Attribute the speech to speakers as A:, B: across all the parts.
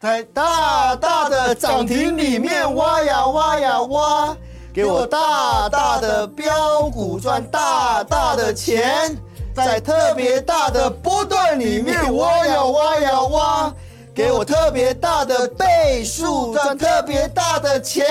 A: 在大大的涨停里面挖呀挖呀挖，给我大大的标股赚大大的钱，在特别大的波段里面挖呀挖呀挖，给我特别大的倍数赚特别大的钱。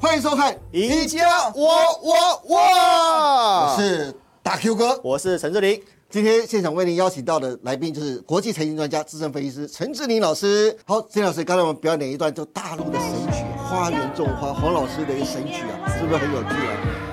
B: 欢迎收看《
A: 赢家我我我啊
B: 我》，是大 Q 哥。
A: 我是陈志玲。
B: 今天现场为您邀请到的来宾就是国际财经专家、资深分析师陈志林老师。好，陈老师，刚才我们表演了一段就大陆的神曲《花园种花》，黄老师的一个神曲啊，是不是很有趣啊？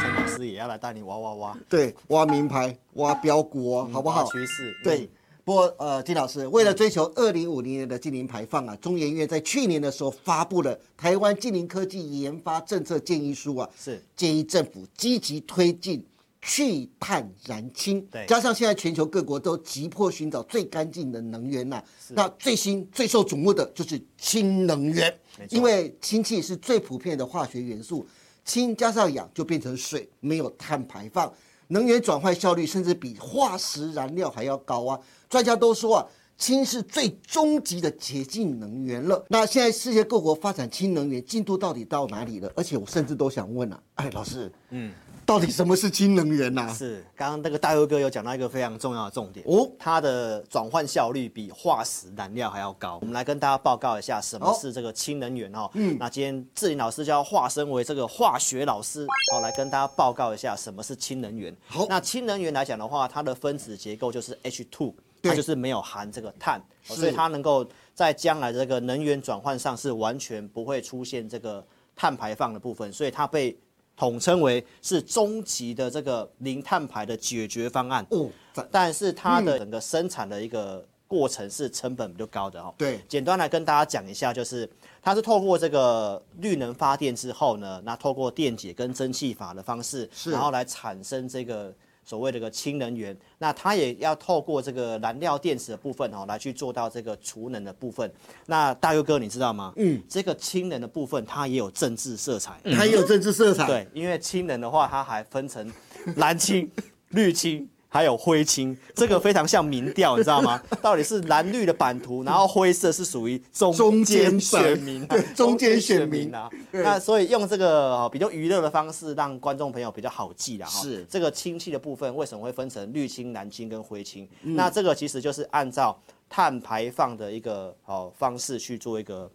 A: 陈老师也要来带你挖挖挖，
B: 对，挖名牌，挖标股哦，好不好？
A: 挖趋势
B: 对
A: 嗯。
B: 不过，呃，金老师为了追求二零五零年的近零排放啊，中研院在去年的时候发布了《台湾近零科技研发政策建议书》啊，
A: 是
B: 建议政府积极推进去碳燃氢，
A: 对
B: 加上现在全球各国都急迫寻找最干净的能源呐、那最新最受瞩目的就是氢能源
A: 没，错
B: 因为氢气是最普遍的化学元素，氢加上氧就变成水，没有碳排放，能源转换效率甚至比化石燃料还要高啊！专家都说啊。氢是最终极的洁净能源了。那现在世界各国发展氢能源进度到底到哪里了？而且我甚至都想问啊，哎，老师，嗯，到底什么是氢能源啊呐、
A: 是，刚刚那个大佑哥有讲到一个非常重要的重点
B: 哦
A: 哦，它的转换效率比化石燃料还要高。我们来跟大家报告一下什么
B: 好
A: 是这个氢能源哦。嗯，那今天志玲老师就要化身为这个化学老师，好来跟大家报告一下什么是氢能源。
B: 好
A: 那氢能源来讲的话，它的分子结构就是 H2，它
B: 对
A: 就是没有含这个碳，哦
B: 是
A: 所以它能够在将来这个能源转换上是完全不会出现这个碳排放的部分，所以它被统称为是终极的这个零碳排的解决方案。
B: 哦，在
A: 但是它
B: 嗯
A: 的整个生产的一个过程是成本比较高的哦。
B: 对
A: 简单来跟大家讲一下，就是它是透过这个绿能发电之后呢，那透过电解跟蒸汽法的方式，
B: 是
A: 然后来产生这个。所谓的一个氢能源，那它也要透过这个燃料电池的部分哦，来去做到这个储能的部分。那大佑哥，你知道吗？嗯，这个氢能的部分它也有政治色彩。
B: 它也有政治色彩，
A: 嗯对，因为氢能的话，它还分成蓝氢、绿氢。还有灰氢，这个非常像民调，你知道吗？ 到底是蓝绿的版图，然后灰色是属于中
B: 中间
A: 间
B: 版
A: 选民、啊
B: 对， 中间选民
A: 啊。
B: 对
A: 那所以用这个哦比较娱乐的方式，让观众朋友比较好记啦。哈
B: 是
A: 这个氢气的部分为什么会分成绿氢、蓝氢跟灰氢？
B: 嗯
A: 那这个其实就是按照碳排放的一个哦方式去做一个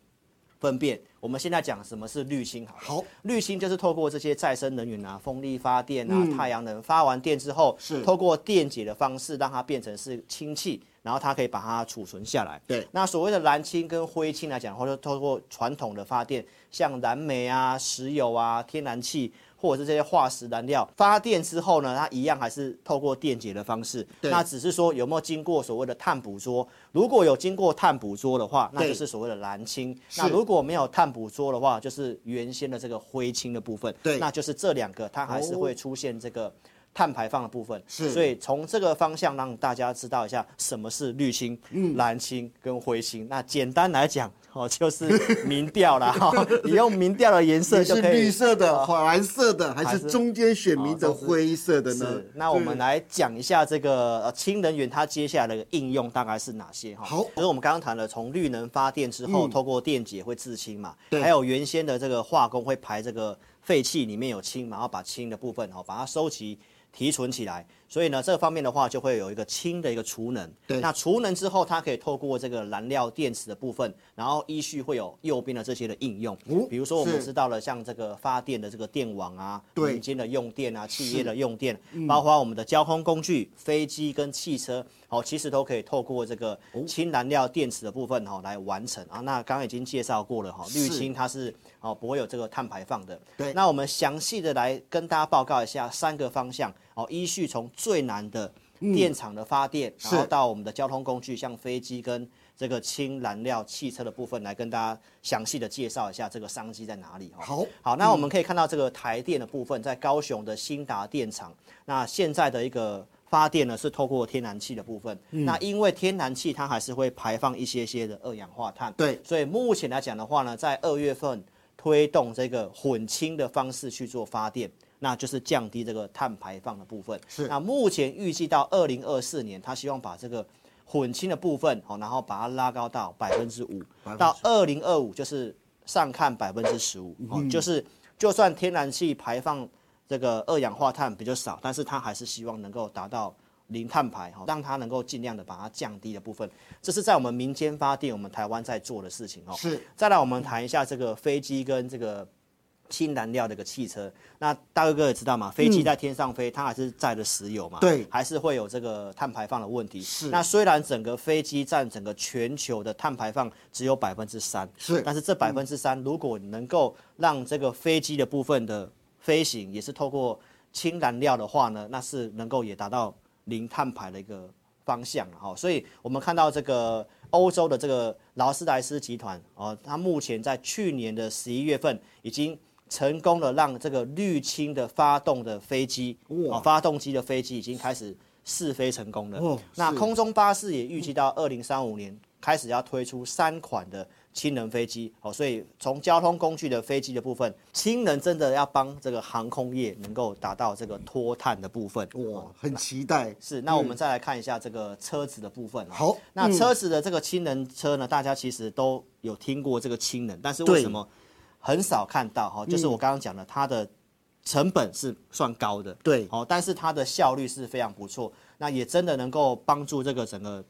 A: 分辨。我们现在讲什么是绿氢好了？
B: 好
A: 绿氢就是透过这些再生能源啊，风力发电啊、太阳能，发完电之后，
B: 嗯是
A: 透过电解的方式让它变成是氢气，然后它可以把它储存下来。
B: 对
A: 那所谓的蓝氢跟灰氢来讲的话，就透过传统的发电，像燃煤啊、石油啊、天然气。或者是这些化石燃料发电之后呢，它一样还是透过电解的方式，
B: 对
A: 那只是说有没有经过所谓的碳捕捉。如果有经过碳捕捉的话，那
B: 对
A: 就是所谓的蓝氢。
B: 是
A: 那如果没有碳捕捉的话，就是原先的这个灰氢的部分。
B: 对哦
A: 那就是这两个，它还是会出现这个碳排放的部分。
B: 是
A: 所以从这个方向让大家知道一下什么是绿氢、
B: 嗯
A: 蓝氢跟灰氢。那简单来讲，哦，就是民调 啦，哈，你用民调的颜色
B: 你
A: 就是可以。哦
B: 绿色的、蓝色的，还
A: 还
B: 是
A: 是
B: 中间选民的
A: 哦都是
B: 灰色的呢
A: 是，？那我们来讲一下这个呃氢能源它接下来的应用大概是哪些哈？
B: 好嗯
A: 就是我们刚刚谈了从绿能发电之后，透过电解会制氢嘛，
B: 对
A: 还有原先的这个化工会排这个废气里面有氢嘛，然后把氢的部分哦把它收集。提纯起来，所以呢，这方面的话就会有一个氢的一个储能。
B: 对
A: 那储能之后，它可以透过这个燃料电池的部分，然后依序会有右边的这些的应用。
B: 哦
A: 比如说我们
B: 是
A: 知道了像这个发电的这个电网啊，
B: 对嗯
A: 民间的用电啊，企业的用电，包括我们的交通工具、飞机跟汽车，哦，其实都可以透过这个
B: 哦
A: 氢燃料电池的部分哦来完成啊。那刚刚已经介绍过了哈，
B: 是
A: 绿氢它是哦不会有这个碳排放的。
B: 对
A: 那我们详细的来跟大家报告一下三个方向哦，依序从最难的电厂的发电，然后
B: 嗯是
A: 到我们的交通工具，像飞机跟这个氢燃料汽车的部分，来跟大家详细的介绍一下这个商机在哪里哦。
B: 好
A: 好，那我们可以看到这个台电的部分，在高雄的新达电厂，那现在的一个发电呢是透过天然气的部分。
B: 嗯
A: 那因为天然气它还是会排放一些些的二氧化碳，
B: 对
A: 所以目前来讲的话呢，在二月份推动这个混氢的方式去做发电。那就是降低这个碳排放的部分。
B: 是
A: 那目前预计到二零二四年，他希望把这个混氢的部分，哦好，然后把它拉高到百分之五
B: 15%，
A: 到二零二五就是上看百分之十五，哦，就是就算天然气排放这个二氧化碳比较少，但是它还是希望能够达到零碳排，哈，让它能够尽量的把它降低的部分，这是在我们民间发电，我们台湾在做的事情哦。
B: 是。
A: 再来，我们谈一下这个飞机跟这个氢燃料的一个汽车。那大卫哥也知道嘛，飞机在天上飞，它还是载着石油嘛，
B: 嗯对
A: 还是会有这个碳排放的问题。
B: 是
A: 那虽然整个飞机占整个全球的碳排放只有百分之三，
B: 是
A: 但是这
B: 嗯
A: 百分之三，如果能够让这个飞机的部分的飞行也是透过氢燃料的话呢，那是能够也达到零碳排的一个方向哈、哦。所以我们看到这个欧洲的这个劳斯莱斯集团哦，它目前在去年的十一月份已经。成功的让这个绿氢的发动的飞机，哦，发动机的飞机已经开始试飞成功了。
B: 哦
A: 那
B: 是
A: 空中巴士也预计到二零三五年开始要推出三款的氢能飞机哦，所以从交通工具的飞机的部分，氢能真的要帮这个航空业能够达到这个脱碳的部分。哦
B: 哇，很期待。
A: 是，那我们再来看一下这个车子的部分、啊。
B: 好
A: 那车子的这个氢能车呢，大家其实都有听过这个氢能，但是为什么很少看到？哈，
B: 嗯
A: 就是我刚刚讲的，它的成本是算高的，
B: 对
A: 哦，但是它的效率是非常不错，那也真的能够帮助这个整个。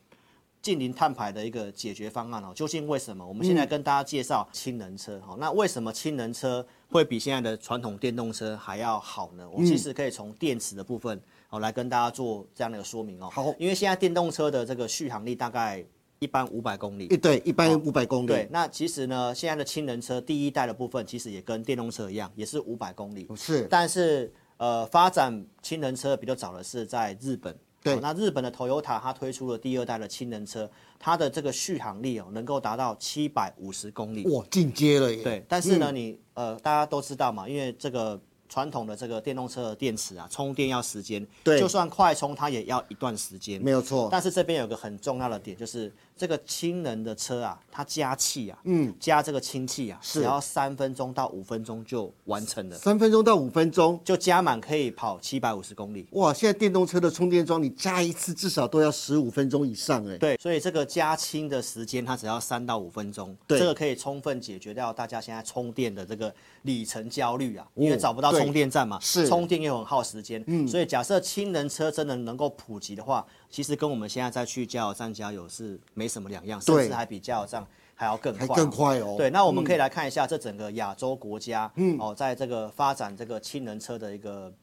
A: 近零碳排的一个解决方案哦，究竟为什么？我们现在跟大家介绍氢能车哦，那为什么氢能车会比现在的传统电动车还要好呢？我其实可以从电池的部分哦来跟大家做这样的一个说明哦。
B: 好
A: 因为现在电动车的这个续航力大概一般五百公里，
B: 一对一般五百公里，
A: 哦对，，那其实呢，现在的氢能车第一代的部分其实也跟电动车一样，也是五百公里。
B: 是
A: 但是呃，发展氢能车比较早的是在日本。
B: 对
A: 哦那日本的 Toyota 它推出了第二代的氢能车，它的这个续航力哦，能够达到七百五十公里。
B: 哇，嗯进阶了耶。
A: 对，但是呢，你呃，大家都知道嘛，因为这个传统的这个电动车的电池啊，充电要时间，
B: 对
A: 就算快充它也要一段时间，
B: 没有错
A: 但是这边有个很重要的点，就是这个氢能的车啊，它加气啊，嗯，加这个氢气啊，只要三分钟到五分钟就完成了，
B: 三分钟到五分钟。
A: 就加满可以跑七百五十公里。
B: 哇，现在电动车的充电桩，你加一次至少都要十五分钟以上哎。
A: 对，所以这个加氢的时间它只要三到五分钟，
B: 对
A: 这个可以充分解决掉大家现在充电的这个里程焦虑啊，因为找不到充电站嘛，
B: 哦是
A: 充电又很耗时间，嗯，所以假设氢能车真的能够普及的话，其实跟我们现在再去加油站加油是没什么两样，甚
B: 对
A: 至还比加油站还要更快，
B: 还更快哦
A: 对，那我们可以来看一下这整个亚洲国家，嗯，哦，在这个发展这个氢能车的一个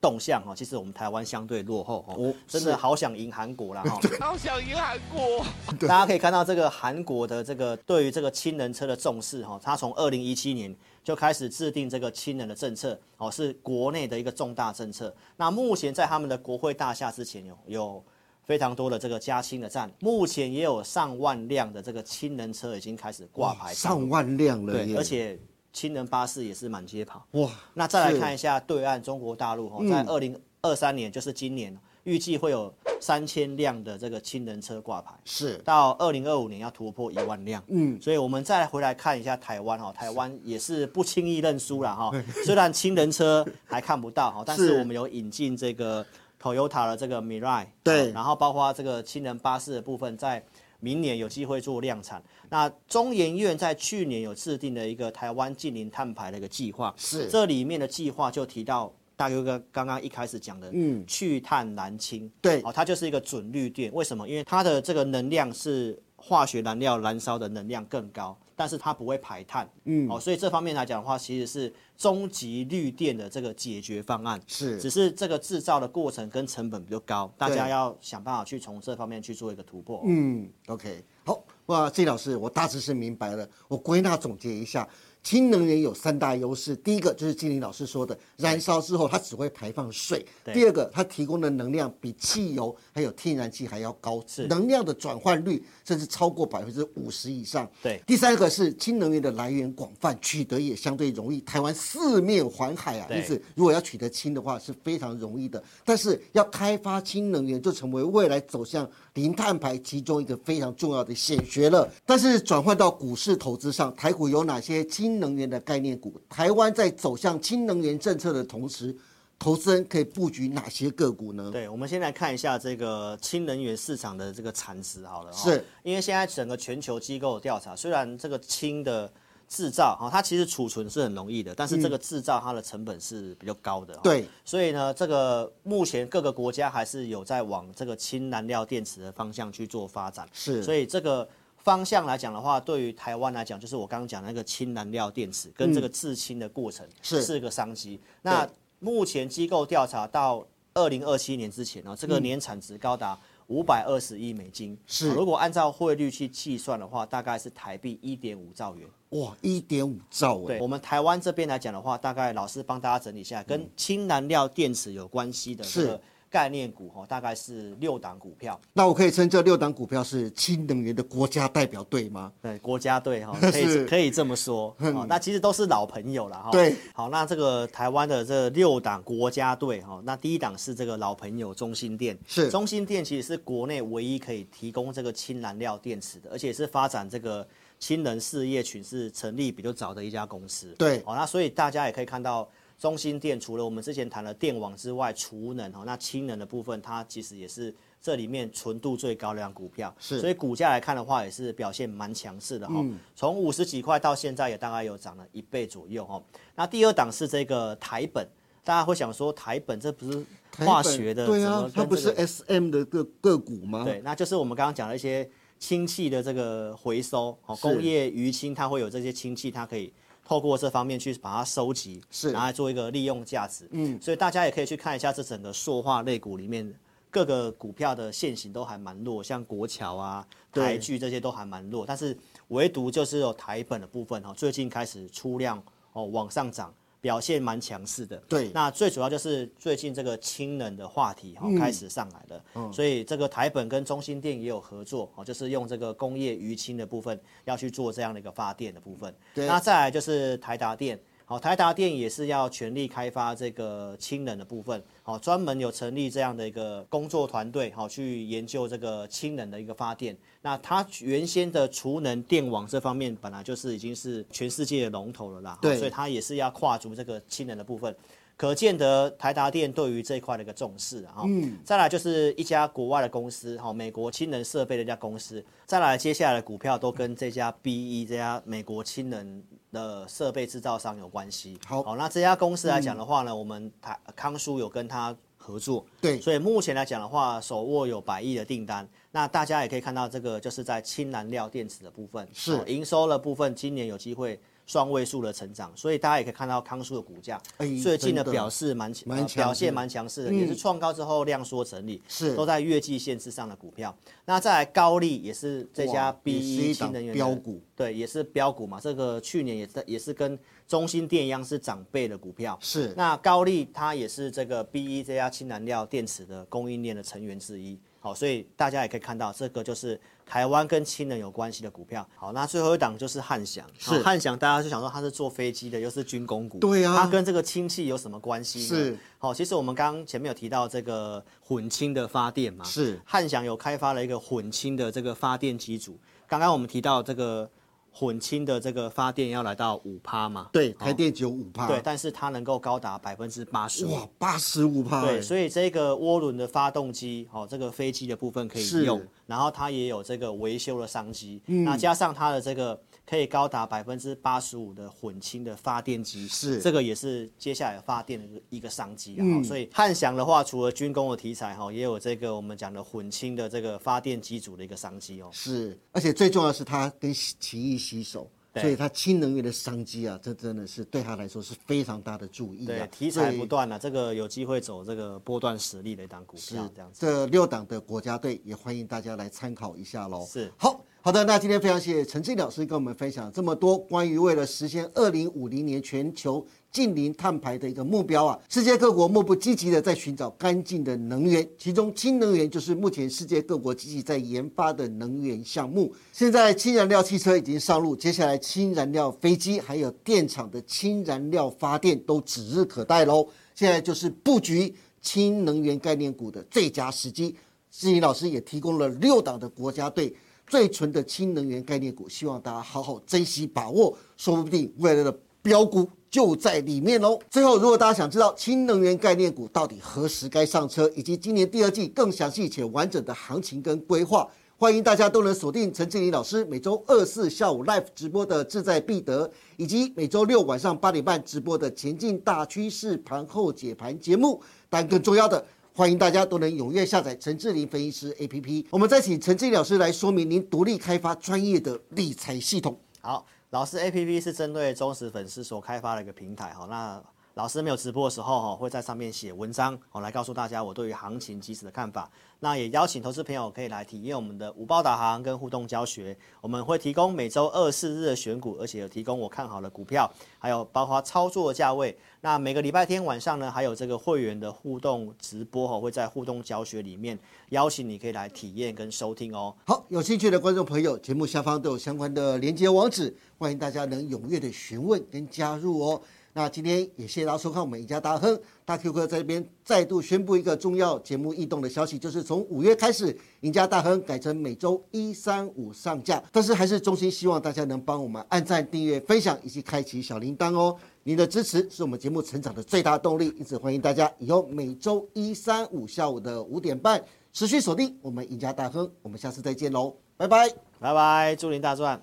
A: 动向哦，其实我们台湾相对落后哦，
B: 哦
A: 真的好想赢韩 国啦哈。
C: 好想赢韩国。
A: 大家可以看到这个韩国的这个对于这个氢能车的重视哈、哦，它从二零一七年就开始制定这个氢能的政策哦，是国内的一个重大政策。那目前在他们的国会大厦之前有有非常多的这个加氢的站，目前也有上万辆的这个氢能车已经开始挂牌上
B: 上
A: 路
B: 万辆了
A: 对，
B: 耶。
A: 而且氢能巴士也是满街跑。
B: 哇，
A: 那再来
B: 是
A: 看一下对岸中国大陆哈，在二零二三年，就是今年，预计会有三千辆的这个氢能车挂牌，
B: 是
A: 到二零二五年要突破一万辆。嗯，所以我们再回来看一下台湾哈，台湾也是不轻易认输 了哈。虽然氢能车还看不到哈，但
B: 是
A: 是我们有引进这个 Toyota 的这个 Mirai，啊
B: 对
A: 然后包括这个氢能巴士的部分在。明年有机会做量产。那中研院在去年有制定了一个台湾近零碳排的一个计划，
B: 是
A: 这里面的计划就提到大哥哥刚刚一开始讲的，嗯，去碳燃氢，
B: 对
A: 哦，它就是一个准绿电。为什么？因为它的这个能量是化学燃料燃烧的能量更高，但是它不会排碳，嗯，哦，所以这方面来讲的话，其实是终极绿电的这个解决方案，
B: 是
A: 只是这个制造的过程跟成本比较高，大家
B: 对
A: 要想办法去从这方面去做一个突破。
B: 嗯，OK，好，哇，季老师，我大致是明白了。我归纳总结一下，氢能源有三大优势，第一个就是金林老师说的，燃烧之后它只会排放水；第二个，它提供的能量比汽油还有天然气还要高，
A: 是
B: 能量的转换率甚至超过百分之五十以上。
A: 对
B: 第三个是氢能源的来源广泛，取得也相对容易，台湾四面环海啊，
A: 对
B: 因此如果要取得氢的话是非常容易的，但是要开发氢能源就成为未来走向零碳排其中一个非常重要的显学了。但是转换到股市投资上，台股有哪些氢能源的概念股？台湾在走向氢能源政策的同时，投资人可以布局哪些个股呢？
A: 对，我们先来看一下这个氢能源市场的这个产值好了、哦，
B: 是，
A: 因为现在整个全球机构的调查，虽然这个氢的制造哈、哦，它其实储存是很容易的，但是这个制造它的成本是比较高的、哦，
B: 嗯对，
A: 所以呢，这个目前各个国家还是有在往这个氢燃料电池的方向去做发展，
B: 是
A: 所以这个。方向来讲的话，对于台湾来讲，就是我刚刚讲的那个氢燃料电池跟这个制氢的过程、
B: 嗯是
A: 一个商机。那目前机构调查到二零二七年之前哦，这个年产值高达五百二十亿美金，
B: 嗯
A: 啊
B: 是
A: 如果按照汇率去计算的话，大概是台币一点五兆元。
B: 哇，一点五兆哎、
A: 对我们台湾这边来讲的话，大概老师帮大家整理一下，跟氢燃料电池有关系的这
B: 嗯是
A: 个概念股哦，大概是六档股票。
B: 那我可以称这六档股票是氢能源的国家代表队吗？
A: 对，国家队 哈，可
B: 是
A: 以可以这么说、哦。那其实都是老朋友了哈。
B: 对，
A: 好，那这个台湾的这六档国家队哈，那第一档是这个老朋友中心店，
B: 是
A: 中心店其实是国内唯一可以提供这个氢燃料电池的，而且是发展这个氢能事业群是成立比较早的一家公司。
B: 对
A: 好、那所以大家也可以看到。中心电除了我们之前谈了电网之外，储能哦，那氢能的部分，它其实也是这里面纯度最高的一档股票，
B: 是嗯
A: 所以股价来看的话，也是表现蛮强势的哈、哦从五十几块到现在也大概有涨了一倍左右哦。那第二档是这个台本，大家会想说台本这不是化学的，
B: 对
A: 怎么
B: 啊
A: 跟，
B: 它不
A: 这
B: 是
A: 个
B: SM 的个个股吗？
A: 对，那就是我们刚刚讲的一些氢气的这个回收哦，工业余氢它会有这些氢气，它可以透过这方面去把它收集，
B: 是
A: 拿来做一个利用价值。嗯，所以大家也可以去看一下这整个塑化类股里面各个股票的现形都还蛮弱，像国桥啊、台剧这些都还蛮弱，但是唯独就是有台本的部分哦，最近开始出量哦往上涨。表现蛮强势的，
B: 对
A: 那最主要就是最近这个氢能的话题
B: 嗯
A: 哈、哦开始上来了，所以这个台本跟中心电也有合作哦，就是用这个工业余氢的部分要去做这样的一个发电的部分。
B: 对
A: 那再来就是台达电，好、台达电也是要全力开发这个氢能的部分，好、专门有成立这样的一个工作团队，好、去研究这个氢能的一个发电。那它原先的储能电网这方面本来就是已经是全世界的龙头了啦，好
B: 对
A: 所以它也是要跨足这个氢能的部分。可见得台达电对于这一块的一个重视啊、嗯，再来就是一家国外的公司，哈、美国氢能设备的一家公司，再来接下来的股票都跟这家 BE 这家美国氢能的设备制造商有关系。
B: 好嗯
A: 好、那这家公司来讲的话呢，我们台康叔有跟他合作，
B: 对
A: 所以目前来讲的话，手握有百亿的订单。那大家也可以看到，这个就是在氢燃料电池的部分，
B: 是
A: 哦营收的部分，今年有机会双位数的成长，所以大家也可以看到康叔的股价
B: 哎
A: 最近的
B: 真的
A: 表示蛮
B: 蛮
A: 呃
B: 强势的嗯
A: 表现蛮强势的，也是创高之后量缩整理，
B: 是
A: 都在月季线之上的股票。那再来高利也是这家
B: 哇
A: B
B: 也是一
A: E
B: 档
A: 新能源的
B: 标股，
A: 对，也是标股嘛。这个去年也是也是跟中心电一样是长辈的股票，
B: 是
A: 那高丽它也是这个 B E 这家氢燃料电池的供应链的成员之一。好，所以大家也可以看到，这个就是台湾跟氢能有关系的股票。好，那最后一档就是汉翔。
B: 是
A: 好汉翔，大家就想说它是做飞机的，又是军工股。
B: 对啊
A: 它跟这个氢气有什么关系呢？
B: 是。
A: 好，其实我们刚刚前面有提到这个混氢的发电嘛。
B: 是
A: 汉翔有开发了一个混氢的这个发电机组。刚刚我们提到这个混氢的这个发电要来到五趴嘛。
B: 对，台电只有五帕，
A: 对，但是它能够高达百分之八十五
B: 啊哇。，八十五哎帕，
A: 对，所以这个涡轮的发动机，哦，这个飞机的部分可以
B: 是嗯
A: 用，然后它也有这个维修的商机，那加上它的这个可以高达百分之八十五的混氢的发电机，
B: 是嗯
A: 这个也是接下来发电的一个商机啊、哈所以汉翔的话，除了军工的题材哈，也有这个我们讲的混氢的这个发电机组的一个商机哦。
B: 是，啊而且最重要的是它跟奇异洗手。
A: 对
B: 所以它氢能源的商机啊，这真的是对它来说是非常大的注意啊
A: 对，。题材
B: 所
A: 不
B: 以
A: 断了、这个有机会走这个波段实力的一档股票，这样子。
B: 这六档的国家队也欢迎大家来参考一下喽。
A: 是
B: 好好的，那今天非常谢谢陈静老师跟我们分享这么多关于为了实现二零五零年全球近零碳排的一个目标啊，世界各国莫不积极的在寻找干净的能源，其中氢能源就是目前世界各国积极在研发的能源项目。现在氢燃料汽车已经上路，接下来氢燃料飞机还有电厂的氢燃料发电都指日可待喽。现在就是布局氢能源概念股的最佳时机。志颖老师也提供了六档的国家队最纯的氢能源概念股，希望大家好好珍惜把握，说不定未来的标股就在里面喽。最后，如果大家想知道新能源概念股到底何时该上车，以及今年第二季更详细且完整的行情跟规划，欢迎大家都能锁定陈志林老师每周二四下午 live 直播的志在必得，以及每周六晚上八点半直播的前进大趋势盘后解盘节目。但更重要的。欢迎大家都能踊跃下载陈志林分析师 APP。我们再请陈志林老师来说明您独立开发专业的理财系统。
A: 好，老师 APP 是针对忠实粉丝所开发的一个平台哈。那老师没有直播的时候哈，会在上面写文章哦，来告诉大家我对于行情即时的看法。那也邀请投资朋友可以来体验我们的五报导航跟互动教学，我们会提供每周二、四日的选股，而且有提供我看好的股票，还有包括操作价位。那每个礼拜天晚上呢，还有这个会员的互动直播哈，会在互动教学里面邀请你可以来体验跟收听哦。
B: 好，有兴趣的观众朋友，节目下方都有相关的连接网址，欢迎大家能踊跃的询问跟加入哦。那今天也谢谢大家收看我们赢家大亨，大 Q 哥在这边再度宣布一个重要节目异动的消息，就是从五月开始，赢家大亨改成每周一、三、五上架。但是还是衷心希望大家能帮我们按赞、订阅、分享以及开启小铃铛哦。您的支持是我们节目成长的最大动力，因此欢迎大家以后每周一、三、五下午的五点半持续锁定我们赢家大亨。我们下次再见喽，拜拜。
A: 拜拜，祝您大赚！